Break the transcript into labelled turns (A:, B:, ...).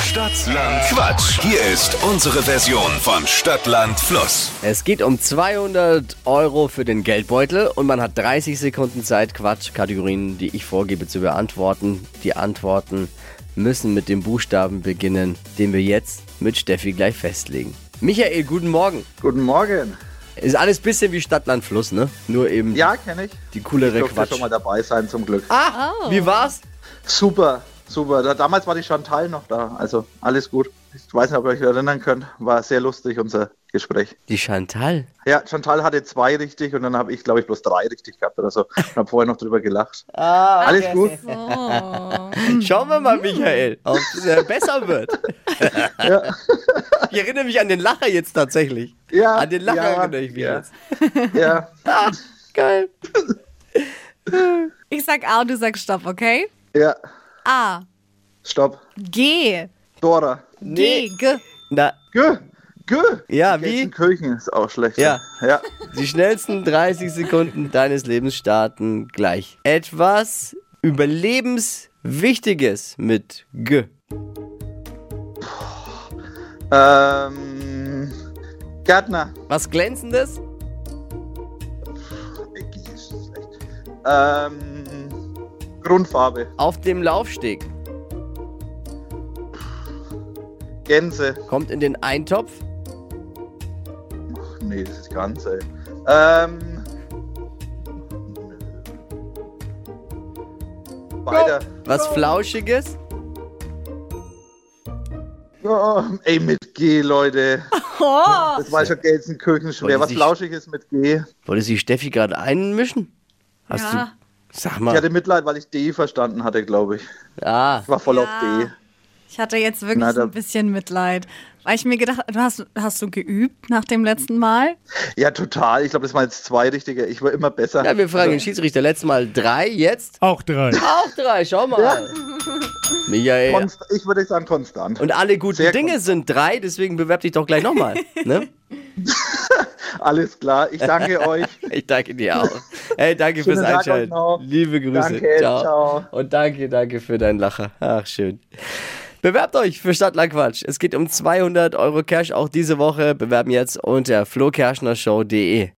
A: Stadtland Quatsch. Hier ist unsere Version von Stadtland Fluss.
B: Es geht um 200 Euro für den Geldbeutel und man hat 30 Sekunden Zeit, Quatschkategorien, die ich vorgebe, zu beantworten. Die Antworten müssen mit dem Buchstaben beginnen, den wir jetzt mit Steffi gleich festlegen. Michael, guten Morgen.
C: Guten Morgen.
B: Ist alles bisschen wie Stadtland Fluss, ne? Nur eben
C: Ja, kenne ich.
B: die coolere
C: Ich durfte
B: Quatsch.
C: schon mal dabei sein, zum Glück.
B: Ah, wie war's?
C: Super, super. Da, damals war die Chantal noch da. Also alles gut. Ich weiß nicht, ob ihr euch erinnern könnt. War sehr lustig, unser Gespräch.
B: Die Chantal.
C: Ja, Chantal hatte zwei richtig und dann habe ich, glaube ich, bloß drei richtig gehabt oder so. Und habe vorher noch drüber gelacht. alles gut.
B: Schauen wir mal, Michael, ob es äh, besser wird. Ich erinnere mich an den Lacher jetzt tatsächlich.
C: Ja,
B: An den Lacher
C: ja,
B: erinnere ich mich
C: ja.
B: jetzt.
C: Ja,
B: Geil.
D: Ich sag A und du sagst Stopp, okay?
C: ja.
D: A.
C: Stopp.
D: G.
C: Dora.
D: G. G.
B: Na,
C: Gö. Gö.
B: Ja, wie?
C: Gelsenkirchen ist auch schlecht.
B: Ja.
C: Ja.
B: Die schnellsten 30 Sekunden deines Lebens starten gleich. Etwas Überlebenswichtiges mit G.
C: Ähm, Gärtner.
B: Was Glänzendes?
C: Ähm, Grundfarbe.
B: Auf dem Laufsteg.
C: Gänse.
B: Kommt in den Eintopf.
C: Ach, nee, das ist ganz, ey. Ähm. Weiter.
B: Was Flauschiges?
C: Oh, ey, mit G, Leute.
D: Oh.
C: Das war schon Gelsenkirchen schwer.
B: Wollte
C: Was
B: sie-
C: Flauschiges mit G.
B: Wollte sie Steffi gerade einmischen? Hast
D: Ja.
B: du. Sag
C: Ich hatte
B: mal.
C: Mitleid, weil ich D verstanden hatte, glaube ich.
B: Ah,
C: Ich war voll auf
D: Ja.
C: D.
D: Ich hatte jetzt wirklich
C: Na, da-
D: so ein bisschen Mitleid. Weil ich mir gedacht du hast, hast du geübt nach dem letzten Mal?
C: Ja, total. Ich glaube, das waren jetzt zwei richtige. Ich war immer besser. Also
B: ja, wir fragen den Schiedsrichter. Letztes Mal drei, jetzt
E: Auch drei.
B: auch drei. Schau mal. Michael.
C: Konst ich würde sagen, konstant.
B: Und alle guten
C: Sehr
B: Dinge sind drei, deswegen bewerb dich doch gleich nochmal. Ne?
C: Alles klar. Ich danke euch.
B: Ich danke dir auch. Hey, danke
C: Schönen
B: fürs
C: Tag euch
B: Einschalten.
C: noch.
B: Liebe Grüße.
C: Danke, ciao.
B: Und danke, danke für deinen Lacher. Ach, schön. Bewerbt euch für Stadtlandquatsch. Es geht um 200 Euro Cash auch diese Woche. Bewerben jetzt unter flokerschnershow.de.